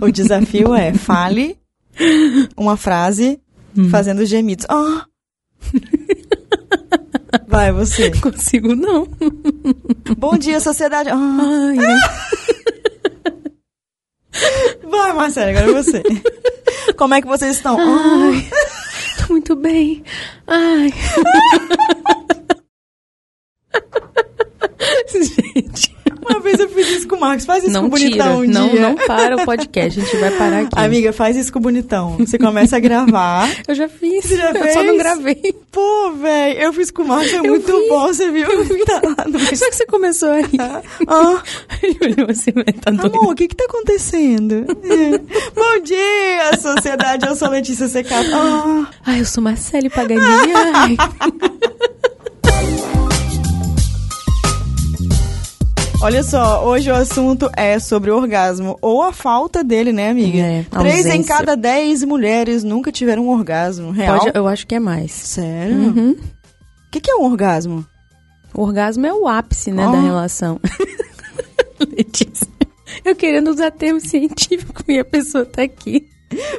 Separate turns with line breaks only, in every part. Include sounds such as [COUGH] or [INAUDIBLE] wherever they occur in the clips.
O desafio é fale uma frase
Hum.
fazendo gemidos. Ah! Vai, você.
[LAUGHS] Consigo não.
Bom dia, sociedade. Ah!
Ai,
Vai, Marcelo, agora você. Como é que vocês estão? Ah!
ai. [LAUGHS] Tô muito bem. Ai. Gente,
Ah! Uma vez eu fiz isso com o Marcos. Faz isso com
não
o bonitão
tira.
um
não,
dia.
não para o podcast. A gente vai parar aqui.
Amiga, faz isso com o bonitão. Você começa a
[LAUGHS]
gravar.
Eu já fiz.
Você já
eu só não
fez?
gravei.
Pô, velho, eu fiz com o Marcos, é muito
vi.
bom, você viu? Tá lá
[LAUGHS]
no
Só que você começou aí.
Ah,
[LAUGHS] Ele olhou assim, mas tá doido.
amor, o que que tá acontecendo? É. Bom dia, sociedade, eu sou Letícia Secato. Ah,
Ai, eu sou Marcele Paganini.
[LAUGHS]
Ai.
Olha só, hoje o assunto é sobre o orgasmo, ou a falta dele, né, amiga?
É,
Três em
ausência.
cada dez mulheres nunca tiveram um orgasmo, real?
Pode, eu acho que é mais.
Sério? O
Uhum.
que que é um orgasmo?
O orgasmo é o ápice, né,
Ó.
da relação. [LAUGHS] Letícia. Eu querendo usar termo científico e a pessoa tá aqui,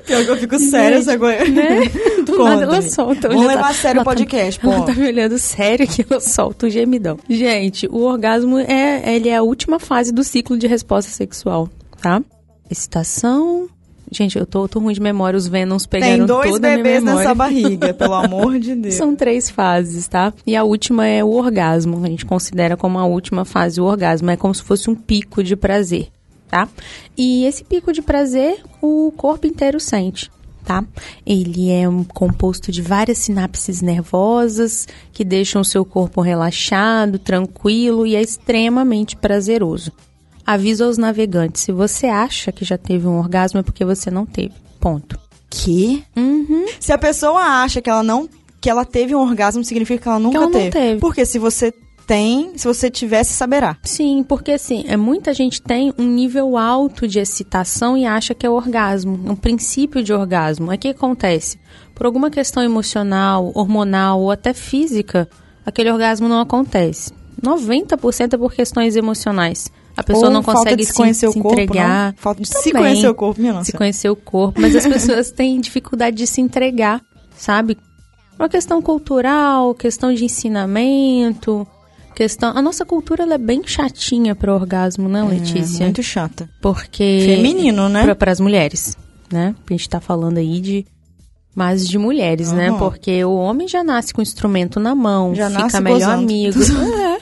Pior que eu fico séria
Gente,
essa coisa.
[LAUGHS] né? Do nada
Conta-me.
ela solta.
Vamos
Ela tá-
levar a sério
ela
o podcast,
tá,
pô.
Ela tá me olhando sério que ela solta o gemidão. Gente, o orgasmo é, ele é a última fase do ciclo de resposta sexual, tá? Excitação... Gente, eu tô, tô ruim de memória, os Venoms pegaram
Tem dois
toda a minha
bebês nessa
memória.
barriga, pelo amor
[LAUGHS]
de Deus.
São três fases, tá? E a última é o orgasmo. A gente considera como a última fase o orgasmo. É como se fosse um pico de prazer, tá? E esse pico de prazer o corpo inteiro sente. Tá? Ele é um composto de várias sinapses nervosas que deixam o seu corpo relaxado, tranquilo e é extremamente prazeroso. Aviso aos navegantes: se você acha que já teve um orgasmo, é porque você não teve. Ponto.
Que?
Uhum.
Se a pessoa acha que ela não que ela teve um orgasmo, significa que ela nunca
ela não
teve.
teve.
Porque se você tem, se você tivesse, saberá.
Sim, porque assim, é, muita gente tem um nível alto de excitação e acha que é orgasmo, um princípio de orgasmo. É que acontece, por alguma questão emocional, hormonal ou até física, aquele orgasmo não acontece. 90% é por questões emocionais. A pessoa
Ou
não
falta
consegue
de se conhecer o
se
corpo,
entregar.
não? Falta de se
Também.
conhecer o corpo, minha nossa.
Se conhecer o corpo,
[LAUGHS]
mas as pessoas têm dificuldade de se entregar, sabe? É Uma questão cultural, questão de ensinamento, questão. A nossa cultura ela é bem chatinha para orgasmo, né,
É
Letícia?
muito chata.
Porque
Feminino, né?
para as mulheres, né? Porque A gente tá falando aí de mas de mulheres, né?
Aham.
Porque o homem já nasce com o instrumento na mão,
Já
fica
nasce
melhor
gozando. [LAUGHS]
amigo. É.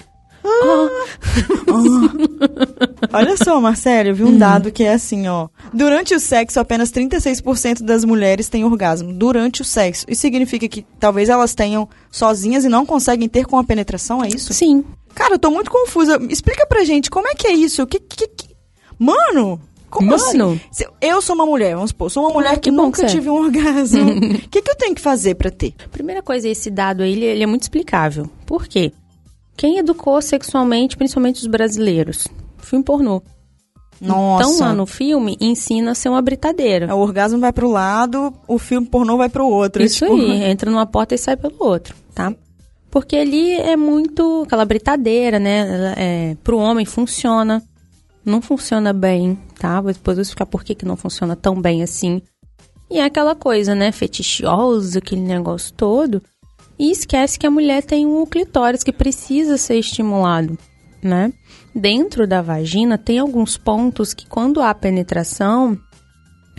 Olha só, Marcelo, eu vi
Hum.
um dado que é assim, ó. Durante o sexo, apenas 36% das mulheres têm orgasmo. Durante o sexo. Isso significa que talvez elas tenham sozinhas e não conseguem ter com a penetração, é isso?
Sim.
Cara, eu tô muito confusa. Explica pra gente, como é que é isso? O Que, que, que- Mano! Como
Mano!
assim? Se Eu sou uma mulher, vamos supor, sou uma mulher que,
que bom
nunca
que você é.
tive um
[LAUGHS]
orgasmo. O que, que eu tenho que fazer pra ter?
Primeira coisa, esse dado aí, ele, ele é muito explicável. Por quê? Quem educou sexualmente, principalmente os brasileiros? Filme pornô.
Nossa.
Então, lá no filme, ensina a ser uma britadeira.
O orgasmo vai pro lado, o filme pornô vai pro outro. É
Isso
tipo-
aí, entra numa porta e sai pelo outro, tá? Porque ali é muito aquela britadeira, né? Ela É, pro homem funciona, não funciona bem, tá? Vou Depois eu vou explicar por que, que não funciona tão bem assim. E é aquela coisa, né? Fetichiosa, aquele negócio todo. E esquece que a mulher tem um clitóris que precisa ser estimulado, né? Dentro da vagina tem alguns pontos que quando há penetração,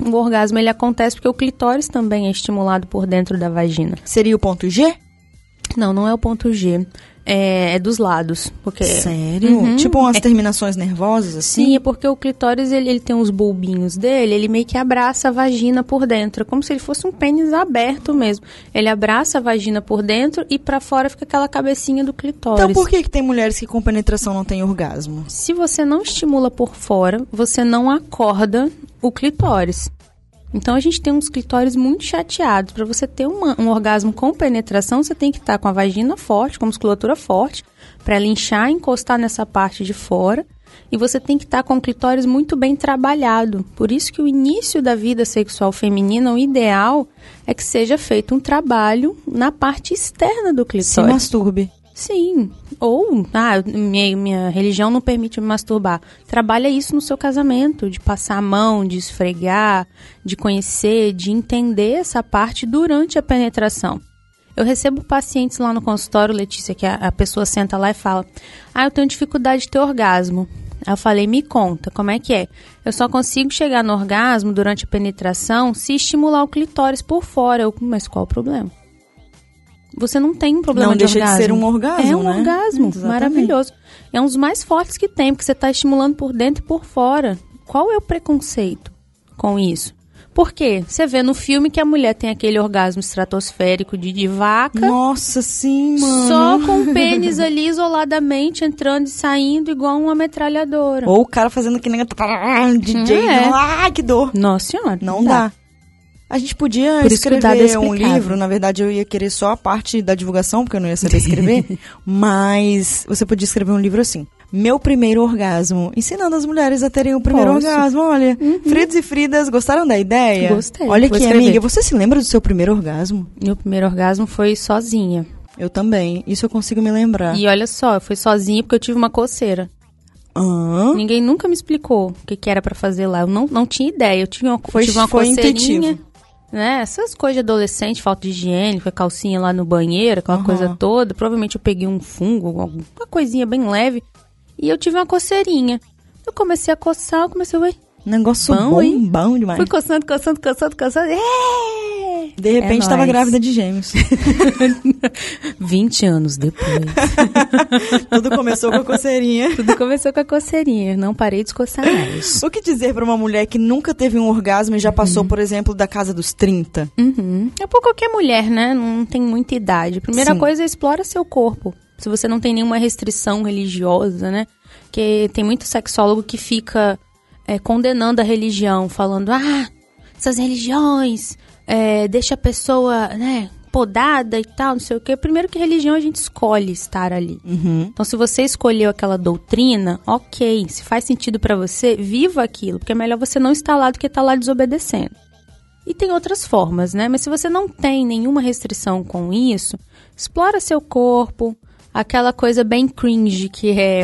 o orgasmo ele acontece porque o clitóris também é estimulado por dentro da vagina.
Seria o ponto G?
Não, não é o ponto G. É, é dos lados, porque
Sério?
Uhum.
Tipo umas terminações nervosas, assim?
Sim, é porque o clitóris, ele, ele tem os bulbinhos dele, ele meio que abraça a vagina por dentro, é como se ele fosse um pênis aberto mesmo. Ele abraça a vagina por dentro e pra fora fica aquela cabecinha do clitóris.
Então por que, que tem mulheres que com penetração não têm orgasmo?
Se você não estimula por fora, você não acorda o clitóris. Então a gente tem uns clitóris muito chateados. Para você ter uma- um orgasmo com penetração, você tem que estar com a vagina forte, com a musculatura forte, para linchar, encostar nessa parte de fora. E você tem que estar com o clitóris muito bem trabalhado. Por isso que o início da vida sexual feminina, o ideal é que seja feito um trabalho na parte externa do
Se
clitóris.
masturbe.
Sim. Ou, ah, minha, minha religião não permite me masturbar. Trabalha isso no seu casamento, de passar a mão, de esfregar, de conhecer, de entender essa parte durante a penetração. Eu recebo pacientes lá no consultório, Letícia, que a, a pessoa senta lá e fala: Ah, eu tenho dificuldade de ter orgasmo. Aí eu falei: Me conta, como é que é? Eu só consigo chegar no orgasmo durante a penetração se estimular o clitóris por fora. Eu, mas qual o problema? Você não tem um problema
Não
de
deixa de
orgasmo.
ser um orgasmo,
É um
né?
orgasmo
Exatamente.
maravilhoso. É um dos mais fortes que tem, porque você está estimulando por dentro e por fora. Qual é o preconceito com isso? Por quê? Você vê no filme que a mulher tem aquele orgasmo estratosférico de, de vaca,
Nossa, sim, mano.
só com o pênis ali isoladamente entrando e saindo igual uma metralhadora.
Ou o cara fazendo que nem... DJ,
É.
ah, que dor.
Nossa senhora. Tá.
Não dá. A gente podia
Por isso que o dado é
escrever um
explicável.
livro, na verdade eu ia querer só a parte da divulgação, porque eu não ia saber
[LAUGHS]
escrever, mas você podia escrever um livro assim. Meu primeiro orgasmo, ensinando as mulheres a terem o primeiro
Posso. Uhum.
orgasmo. Olha, Fridos e Fridas, gostaram da ideia?
Gostei,
Olha
vou
aqui,
escrever.
amiga, você se lembra do seu primeiro orgasmo?
Meu primeiro orgasmo foi sozinha.
Eu também, isso eu consigo me lembrar.
E olha só, eu fui sozinha porque eu tive uma coceira.
Hã?
Ninguém nunca me explicou o que, que era pra fazer lá. Eu não, não tinha ideia. Eu tinha uma, co-
Foi-
tive uma
foi
coceirinha.
intuitivo.
Né? Essas coisas de adolescente, falta de higiene, com a calcinha lá no banheiro, aquela
Aham.
coisa toda. Provavelmente eu peguei um fungo, uma coisinha bem leve. E eu tive uma coceirinha. Eu comecei a coçar, eu comecei a... Ué,
Negócio
Bom,
bom,
hein?
bom demais.
fui coçando, coçando, coçando, coçando. É!
De repente
É
estava
nóis.
grávida de gêmeos.
20 anos depois.
Tudo começou com a coceirinha.
Tudo começou com a coceirinha. Não parei de coçar mais.
O que dizer pra uma mulher que nunca teve um orgasmo e já passou, por exemplo, da casa dos 30?
Uhum. É por qualquer mulher, né? Não tem muita idade. Primeira
Sim.
coisa, é explora seu corpo. Se você não tem nenhuma restrição religiosa, né? Porque tem muito sexólogo que fica é, condenando a religião, falando, ah, essas religiões é, deixa a pessoa, né, podada e tal, não sei o quê. Primeiro que religião a gente escolhe estar ali. Então, se você escolheu aquela doutrina, ok. Se faz sentido pra você, viva aquilo. Porque é melhor você não estar lá do que estar lá desobedecendo. E tem outras formas, né? Mas se você não tem nenhuma restrição com isso, explora seu corpo. Aquela coisa bem cringe que é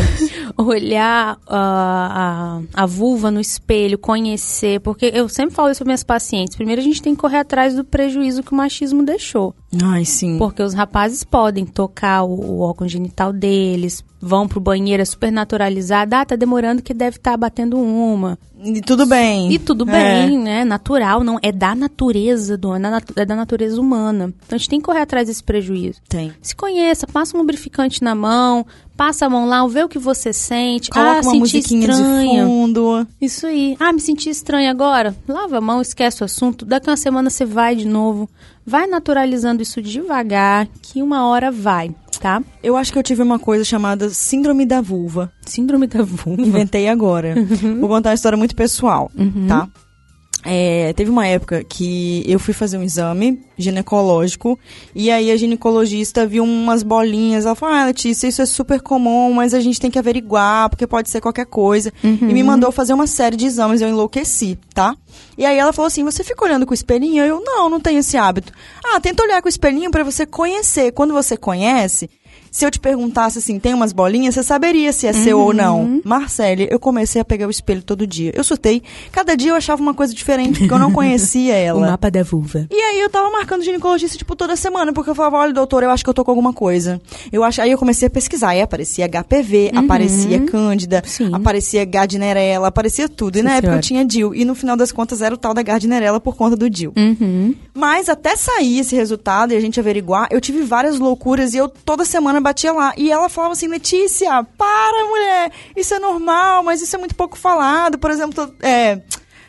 olhar ah, a, a vulva no espelho, conhecer. Porque eu sempre falo isso para minhas pacientes. Primeiro a gente tem que correr atrás do prejuízo que o machismo deixou.
Ai, sim.
Porque os rapazes podem tocar o, o órgão genital deles, vão pro banheiro, é super naturalizado. Ah, tá demorando que deve estar batendo uma.
E tudo bem.
E tudo
É.
bem, né? Natural, não é da natureza do é da natu- é da natureza humana. Então a gente tem que correr atrás desse prejuízo.
É, Tem.
Se conheça, passa um lubrificante na mão, passa a mão lá, vê o que você sente.
Coloca
ah,
uma
senti
musiquinha de
estranho.
fundo.
Isso aí. Ah, me senti estranha agora. Lava a mão, esquece o assunto. Daqui uma semana você vai de novo. Vai naturalizando isso devagar, que uma hora vai, tá?
Eu acho que eu tive uma coisa chamada síndrome da vulva.
Síndrome da vulva.
Inventei agora. Vou contar uma história muito pessoal, tá? É, teve uma época que eu fui fazer um exame ginecológico e aí a ginecologista viu umas bolinhas. Ela falou: Ah, Letícia, isso é super comum, mas a gente tem que averiguar porque pode ser qualquer coisa. E me mandou fazer uma série de exames. Eu enlouqueci, tá? E aí ela falou assim: Você fica olhando com o espelhinho? Eu não, não tenho esse hábito. Ah, tenta olhar com o espelhinho pra você conhecer. Quando você conhece, se eu te perguntasse assim, tem umas bolinhas, você saberia se é seu ou não. Marcele, eu comecei a pegar o espelho todo dia. Eu surtei. Cada dia eu achava uma coisa diferente, porque eu não conhecia ela.
Um mapa da vulva.
E aí eu tava marcando ginecologista, tipo, toda semana, porque eu falava, olha, doutor, eu acho que eu tô com alguma coisa. Eu acho... Aí eu comecei a pesquisar, e aparecia HPV, aparecia Cândida,
Sim.
aparecia Gardnerella, aparecia tudo. E
Sim,
na época eu
senhora.
tinha DIL, e no final das contas era o tal da Gardnerella por conta do DIL.
Uhum.
Mas até sair esse resultado e a gente averiguar, eu tive várias loucuras e eu toda semana batia lá. E ela falava assim, Letícia, para, mulher, isso é normal, mas isso é muito pouco falado. Por exemplo, to- é,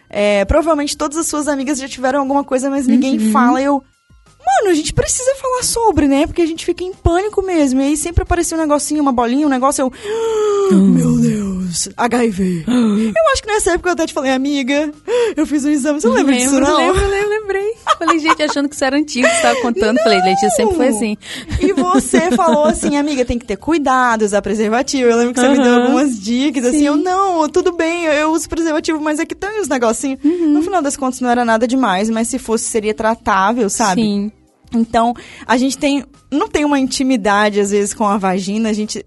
é, provavelmente todas as suas amigas já tiveram alguma coisa, mas ninguém
Uhum.
fala. E eu, mano, a gente precisa falar sobre, né? Porque a gente fica em pânico mesmo. E aí sempre aparecia um negocinho, uma bolinha, um negócio, eu... "Ah,
Ah.
Meu Deus, HIV. eu acho que nessa época eu até te falei, amiga, eu fiz um exame, você não lembra disso não?
Lembro, lembro, lembrei. Falei, gente, achando que isso era antigo, que você tava contando. Falei, Letícia, sempre foi assim.
E você falou assim, amiga, tem que ter cuidado, usar preservativo. Eu lembro que você me deu
Aham.
algumas dicas, assim, eu não, tudo bem, eu, eu uso preservativo, mas aqui tem
Uhum.
uns negocinhos. No final das contas, não era nada demais, mas se fosse, seria tratável, sabe?
Sim.
Então, a gente tem não tem uma intimidade às vezes com a vagina, a gente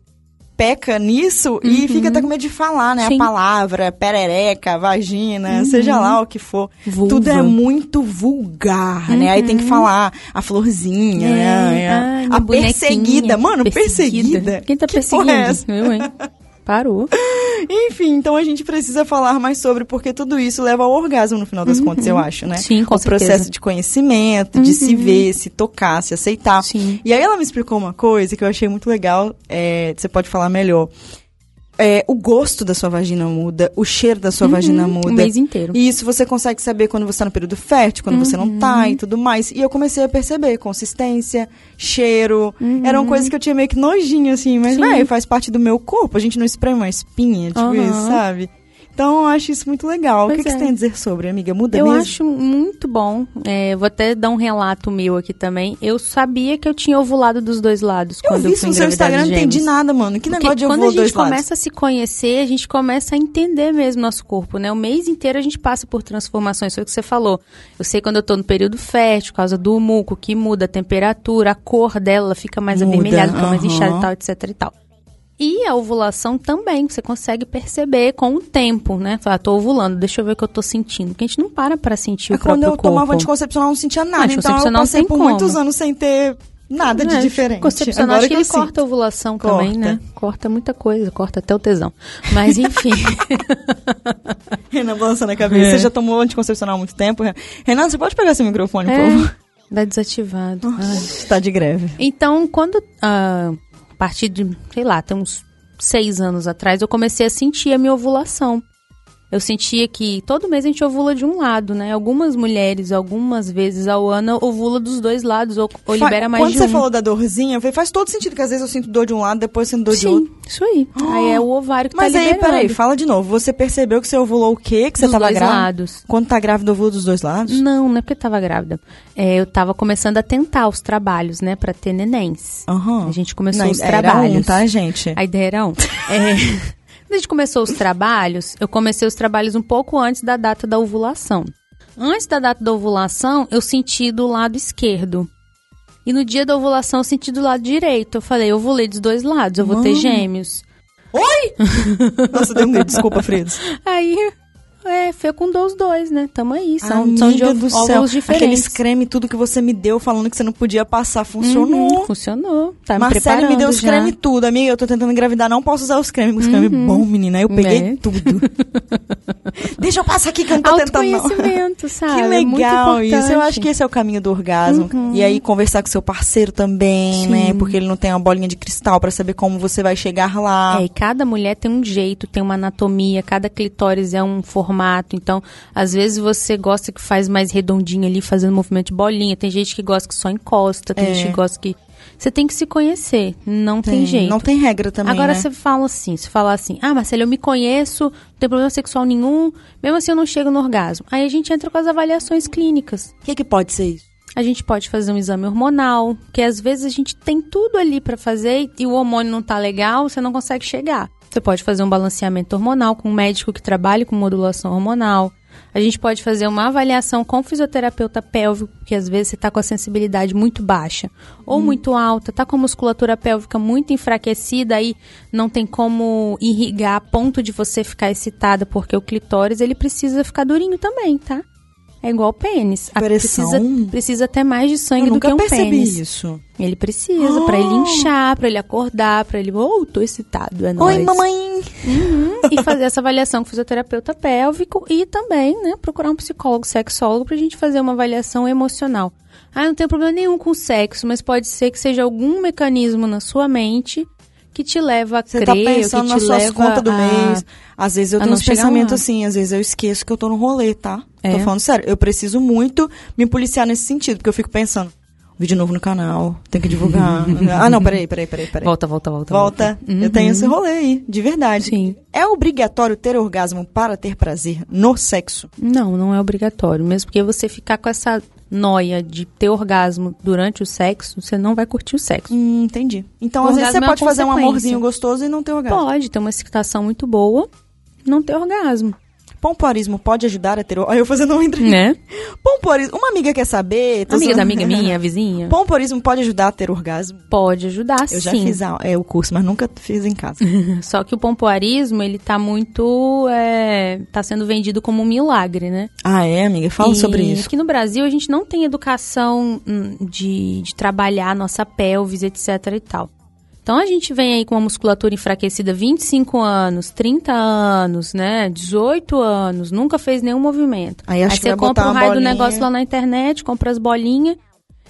peca nisso e fica até com medo de falar, né?
Uhum. Sim. Uhum.
A palavra, perereca, vagina, seja lá o que for.
Vulva. Uhum.
Tudo é muito vulgar, né? Aí tem que falar a florzinha,
É,
né? É.
ai, minha
a
bonequinha.
perseguida. Mano, perseguida.
Quem tá
Que porra
perseguindo?
é essa?
Viu, hein? Parou.
Enfim, então a gente precisa falar mais sobre, porque tudo isso leva ao orgasmo, no final das contas, eu acho, [LAUGHS] né?
Sim, Uhum. com
o
certeza. Uhum.
processo de conhecimento, de se ver, se tocar, se aceitar.
Sim.
E aí ela me explicou uma coisa que eu achei muito legal, é, você pode falar melhor. É, o gosto da sua vagina muda, o cheiro da sua vagina muda.
O Um mês inteiro.
E isso você consegue saber quando você tá no período fértil, quando você não tá e tudo mais. E eu comecei a perceber consistência, cheiro. Eram coisas que eu tinha meio que nojinho, assim. Mas,
Sim.
velho, faz parte do meu corpo. A gente não espreme uma espinha, tipo
Aham.
isso, sabe? Então, eu acho isso muito legal. o
Pois
que, que
é.
você tem a dizer sobre, amiga? Muda
eu
mesmo?
acho muito bom. É, vou até dar um relato meu aqui também. Eu sabia que eu tinha ovulado dos dois lados
Eu
quando
vi
eu
isso
fui
no seu
engravidar de
Instagram, não entendi
gêmeos.
nada, mano. Que negócio
Porque
de eu
quando a
vou dois
gente
lados?
começa a se conhecer, a gente começa a entender mesmo nosso corpo, né? O mês inteiro a gente passa por transformações, foi o que você falou. Eu sei quando eu tô no período fértil, por causa do muco, que muda a temperatura, a cor dela ela fica mais
Muda,
avermelhada, fica mais
aham.
inchada e tal, etc e tal. E a ovulação também, você consegue perceber com o tempo, né? Ah, tô ovulando, deixa eu ver o que eu tô sentindo. Porque a gente não para pra sentir
É
o próprio
quando eu
corpo.
tomava anticoncepcional, eu não sentia nada. Então, eu
Anticoncepcional
passei
não
por
tem
muitos
como.
anos sem ter nada de
É,
diferente.
Concepcional,
Agora
acho que,
eu
ele
sinto.
corta a ovulação também,
Corta.
né? Corta muita coisa, corta até o tesão. Mas enfim.
Renan balançando a cabeça.
É.
Você já tomou anticoncepcional há muito tempo? Renan? Renan, você pode pegar esse microfone,
é,
povo?
dá desativado. Ai.
Está tá de greve.
Então, quando. ah, a partir de, sei lá, tem uns seis anos atrás, eu comecei a sentir a minha ovulação. Eu sentia que todo mês a gente ovula de um lado, né? Algumas mulheres, algumas vezes ao ano, ovula dos dois lados, ou, ou
Fa-
libera mais
Quando
de
você
um.
falou da dorzinha, eu falei, faz todo sentido, que às vezes eu sinto dor de um lado, depois eu sinto dor de outro.
Sim, isso aí. Aí é o ovário que
Mas
tá
aí,
liberando.
peraí, fala de novo. Você percebeu que você ovulou o quê? Que você
dos
tava
dois
grávida?
lados.
Quando tá grávida, ovula dos dois lados?
Não, não é porque eu tava grávida. É, eu tava começando a tentar os trabalhos, né, pra ter nenéns.
Aham.
A gente começou
Hum. Não,
os
era
trabalhos.
um, tá, gente?
A ideia era um. É, [LAUGHS] quando a gente começou os trabalhos, eu comecei os trabalhos um pouco antes da data da ovulação. Antes da data da ovulação, eu senti do lado esquerdo. E no dia da ovulação, eu senti do lado direito. Eu falei, eu ovulei dos dois lados, eu vou ter
Mano.
gêmeos.
Nossa, deu um medo. Desculpa, Fridos.
Aí, é, fecundou os dois, né? Tamo aí, são,
Amiga
são de ov-
do céu.
óvulos diferentes.
Aqueles creme, tudo que você me deu falando que você não podia passar, funcionou.
Uhum, funcionou. Tá me
Marcelo
preparando
me deu os
já. Uhum.
creme tudo, amiga. Eu tô tentando engravidar, não posso usar os creme. Os creme bom, menina. Eu peguei
É. [LAUGHS]
tudo. Deixa eu passar aqui que eu não tô tentando, não.
Autoconhecimento,
[LAUGHS]
sabe?
Que
É muito
legal isso. Eu
importante. Uhum.
acho que esse é o caminho do orgasmo. E aí conversar com seu parceiro também,
Sim.
né? Porque ele não tem uma bolinha de cristal pra saber como você vai chegar lá.
É, e cada mulher tem um jeito, tem uma anatomia, cada clitóris é um formato. Então, às vezes você gosta que faz mais redondinho ali, fazendo movimento de bolinha. Tem gente que gosta que só encosta, tem
É.
gente que gosta que. Você tem que se conhecer, não tem, jeito.
Não tem regra também,
Agora
né?
você fala assim, você fala assim, ah, Marcelo, eu me conheço, não tem problema sexual nenhum, mesmo assim eu não chego no orgasmo. Aí a gente entra com as avaliações clínicas.
O que, que pode ser isso?
A gente pode fazer um exame hormonal, que às vezes a gente tem tudo ali pra fazer e- e o hormônio não tá legal, você não consegue chegar. Você pode fazer um balanceamento hormonal com um médico que trabalhe com modulação hormonal. A gente pode fazer uma avaliação com fisioterapeuta pélvico, porque às vezes você tá com a sensibilidade muito baixa ou muito alta, tá com a musculatura pélvica muito enfraquecida aí não tem como irrigar a ponto de você ficar excitada, porque o clitóris ele precisa ficar durinho também, tá? É igual o pênis. A-
Pressão?
Precisa, precisa ter mais de sangue
eu
do que
nunca
um
percebi
pênis.
isso. Ah.
Ele precisa, pra ele inchar, pra ele acordar, pra ele, oh, tô excitado, é nóis. Hum,
Oi, mamãe!
E fazer essa avaliação com o fisioterapeuta pélvico e também, né, procurar um psicólogo, sexólogo pra gente fazer uma avaliação emocional. Ah, eu não tenho problema nenhum com o sexo, mas pode ser que seja algum mecanismo na sua mente que te leva a
Você
crer,
tá
ou
pensando
que te
nas suas
leva
contas do
a...
mês. Às vezes eu
a
tenho
não
uns
chegar
pensamentos
lá.
assim, às vezes eu esqueço que eu tô no rolê, tá?
É.
Tô falando sério. Eu preciso muito me policiar nesse sentido, porque eu fico pensando, vídeo novo no canal, tem que
[LAUGHS]
divulgar. ah, não, peraí, peraí, peraí, peraí.
Volta, volta, volta. Uhum.
Volta. Eu tenho esse rolê aí, de verdade.
Sim.
É obrigatório ter orgasmo para ter prazer no sexo?
Não, não é obrigatório. Mesmo porque você ficar com essa noia de ter orgasmo durante o sexo, você não vai curtir o sexo.
Hum, entendi. Então,
O
às vezes você
orgasmo é uma
pode fazer um
consequência.
É. amorzinho gostoso e não ter orgasmo. [LAUGHS]
Pode ter uma excitação muito boa, não ter orgasmo.
Pompoarismo pode ajudar a ter. Olha, eu fazendo uma entrevista.
Né?
Pompoarismo. Uma amiga quer saber. tá tô
Amiga da
zoando. [LAUGHS]
amiga minha, vizinha.
Pompoarismo pode ajudar a ter orgasmo?
Pode ajudar,
Eu já
sim. Uhum.
fiz a- é, o curso, mas nunca fiz em casa.
[LAUGHS] Só que o pompoarismo, ele tá muito. É, tá sendo vendido como um milagre, né?
ah, é, amiga? Fala
E
sobre isso.
Aqui no Brasil, a gente não tem educação hum, de, de trabalhar a nossa pelvis, etc e tal. Então, a gente vem aí com uma musculatura enfraquecida 25 anos, 30 anos, né? 18 anos, nunca fez nenhum movimento.
Aí acho que vai
você compra
botar
o
uma
raio do
bolinha.
negócio lá na internet, compra as bolinhas,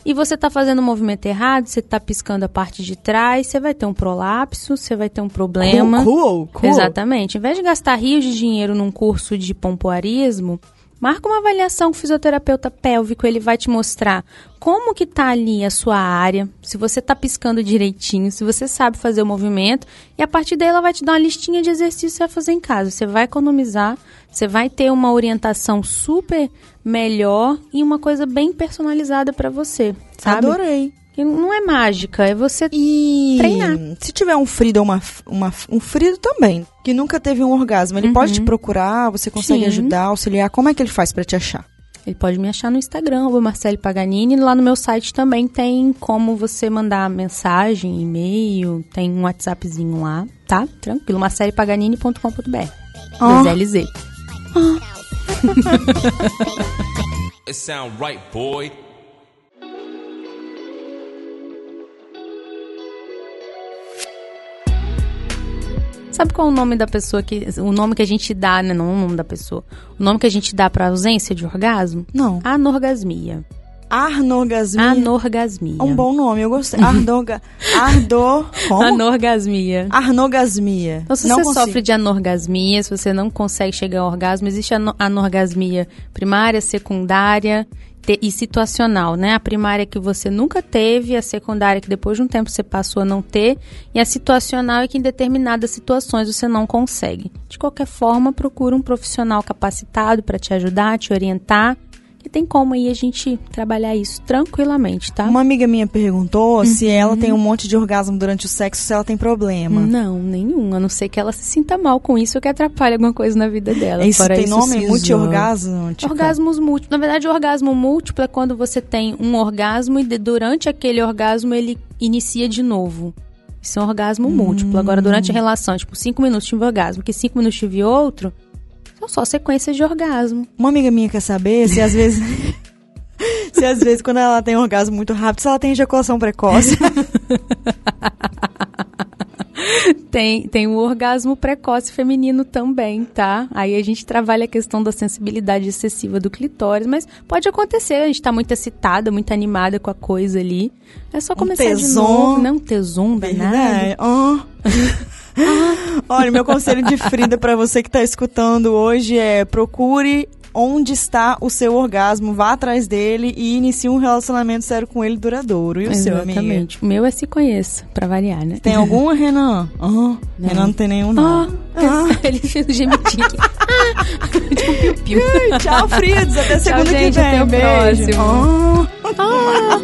e você tá fazendo o movimento errado, você tá piscando a parte de trás, você vai ter um prolapso, você vai ter um problema.
Cool, cool, cool.
Exatamente. Em vez de gastar rios de dinheiro num curso de pompoarismo, marca uma avaliação com o fisioterapeuta pélvico, ele vai te mostrar como que tá ali a sua área, se você tá piscando direitinho, se você sabe fazer o movimento, e a partir daí ela vai te dar uma listinha de exercícios a fazer em casa. Você vai economizar, você vai ter uma orientação super melhor e uma coisa bem personalizada para você, sabe?
Adorei.
Que não é mágica, é você
E
Treinar.
se tiver um Frida ou uma, f- uma f- um Frido também, que nunca teve um orgasmo, ele pode te procurar, você consegue
Uhum. Sim.
ajudar, auxiliar. Como é que ele faz pra te achar?
Ele pode me achar no Instagram, o Marcelo Paganini. Lá no meu site também tem como você mandar mensagem, e-mail, tem um WhatsAppzinho lá, tá? Tranquilo, marcelepaganini.com.br.
Ó.
DZLZ.
It sound right, boy.
Sabe qual é o nome da pessoa que. O nome que a gente dá, né? Não o nome da pessoa. O nome que a gente dá pra ausência de orgasmo?
Não.
Anorgasmia.
Arnorgasmia.
Anorgasmia.
É um bom nome, eu gostei.
Uhum.
Ardorga... Ardor... Como?
Anorgasmia.
Arnogasmia.
Então, se
Não
você
consigo.
sofre de anorgasmia, se você não consegue chegar ao orgasmo, existe a ano- anorgasmia primária, secundária te- e situacional, né? A primária que você nunca teve, a secundária que depois de um tempo você passou a não ter, e a situacional é que em determinadas situações você não consegue. De qualquer forma, procura um profissional capacitado para te ajudar, te orientar, que tem como aí a gente trabalhar isso tranquilamente, tá?
Uma amiga minha perguntou se ela tem um monte de orgasmo durante o sexo, se ela tem problema.
Não, nenhum. A não ser que ela se sinta mal com isso ou que atrapalhe alguma coisa na vida dela.
Isso
Fora
tem nome?
cisma.
Multi-orgasmo? tipo?
Orgasmos múltiplos. Na verdade, orgasmo múltiplo é quando você tem um orgasmo e de- durante aquele orgasmo ele inicia de novo. Isso é um
Hum.
orgasmo múltiplo. Agora, durante a relação, tipo, cinco minutos tive orgasmo, que cinco minutos tive outro, são só sequências de orgasmo.
Uma amiga minha quer saber se às vezes. [LAUGHS] se às vezes, quando ela tem um orgasmo muito rápido, se ela tem ejaculação precoce.
Tem, tem o orgasmo precoce feminino também, tá? Aí a gente trabalha a questão da sensibilidade excessiva do clitóris, mas pode acontecer, a gente tá muito excitada, muito animada com a coisa ali. É só começar de
Um tesão.
novo, né? Um tesão danado.
[LAUGHS] Verdade. Né? Ó. Olha, meu conselho de Frida pra você que tá escutando hoje é procure onde está o seu orgasmo, vá atrás dele e inicie um relacionamento sério com ele duradouro. E o seu, amiga?
Exatamente. O meu é se conheça, pra variar, né?
[LAUGHS] Tem algum, Renan? Ah, Renan não tem nenhum,
Ah,
não. Ah.
[LAUGHS] ele fez um
[LAUGHS]
gemidinho aqui. Ah, [LAUGHS] de um piu-piu.
Tchau, Fridos. Até segunda que
gente,
vem.
até o
Beijo.
próximo.
Ah.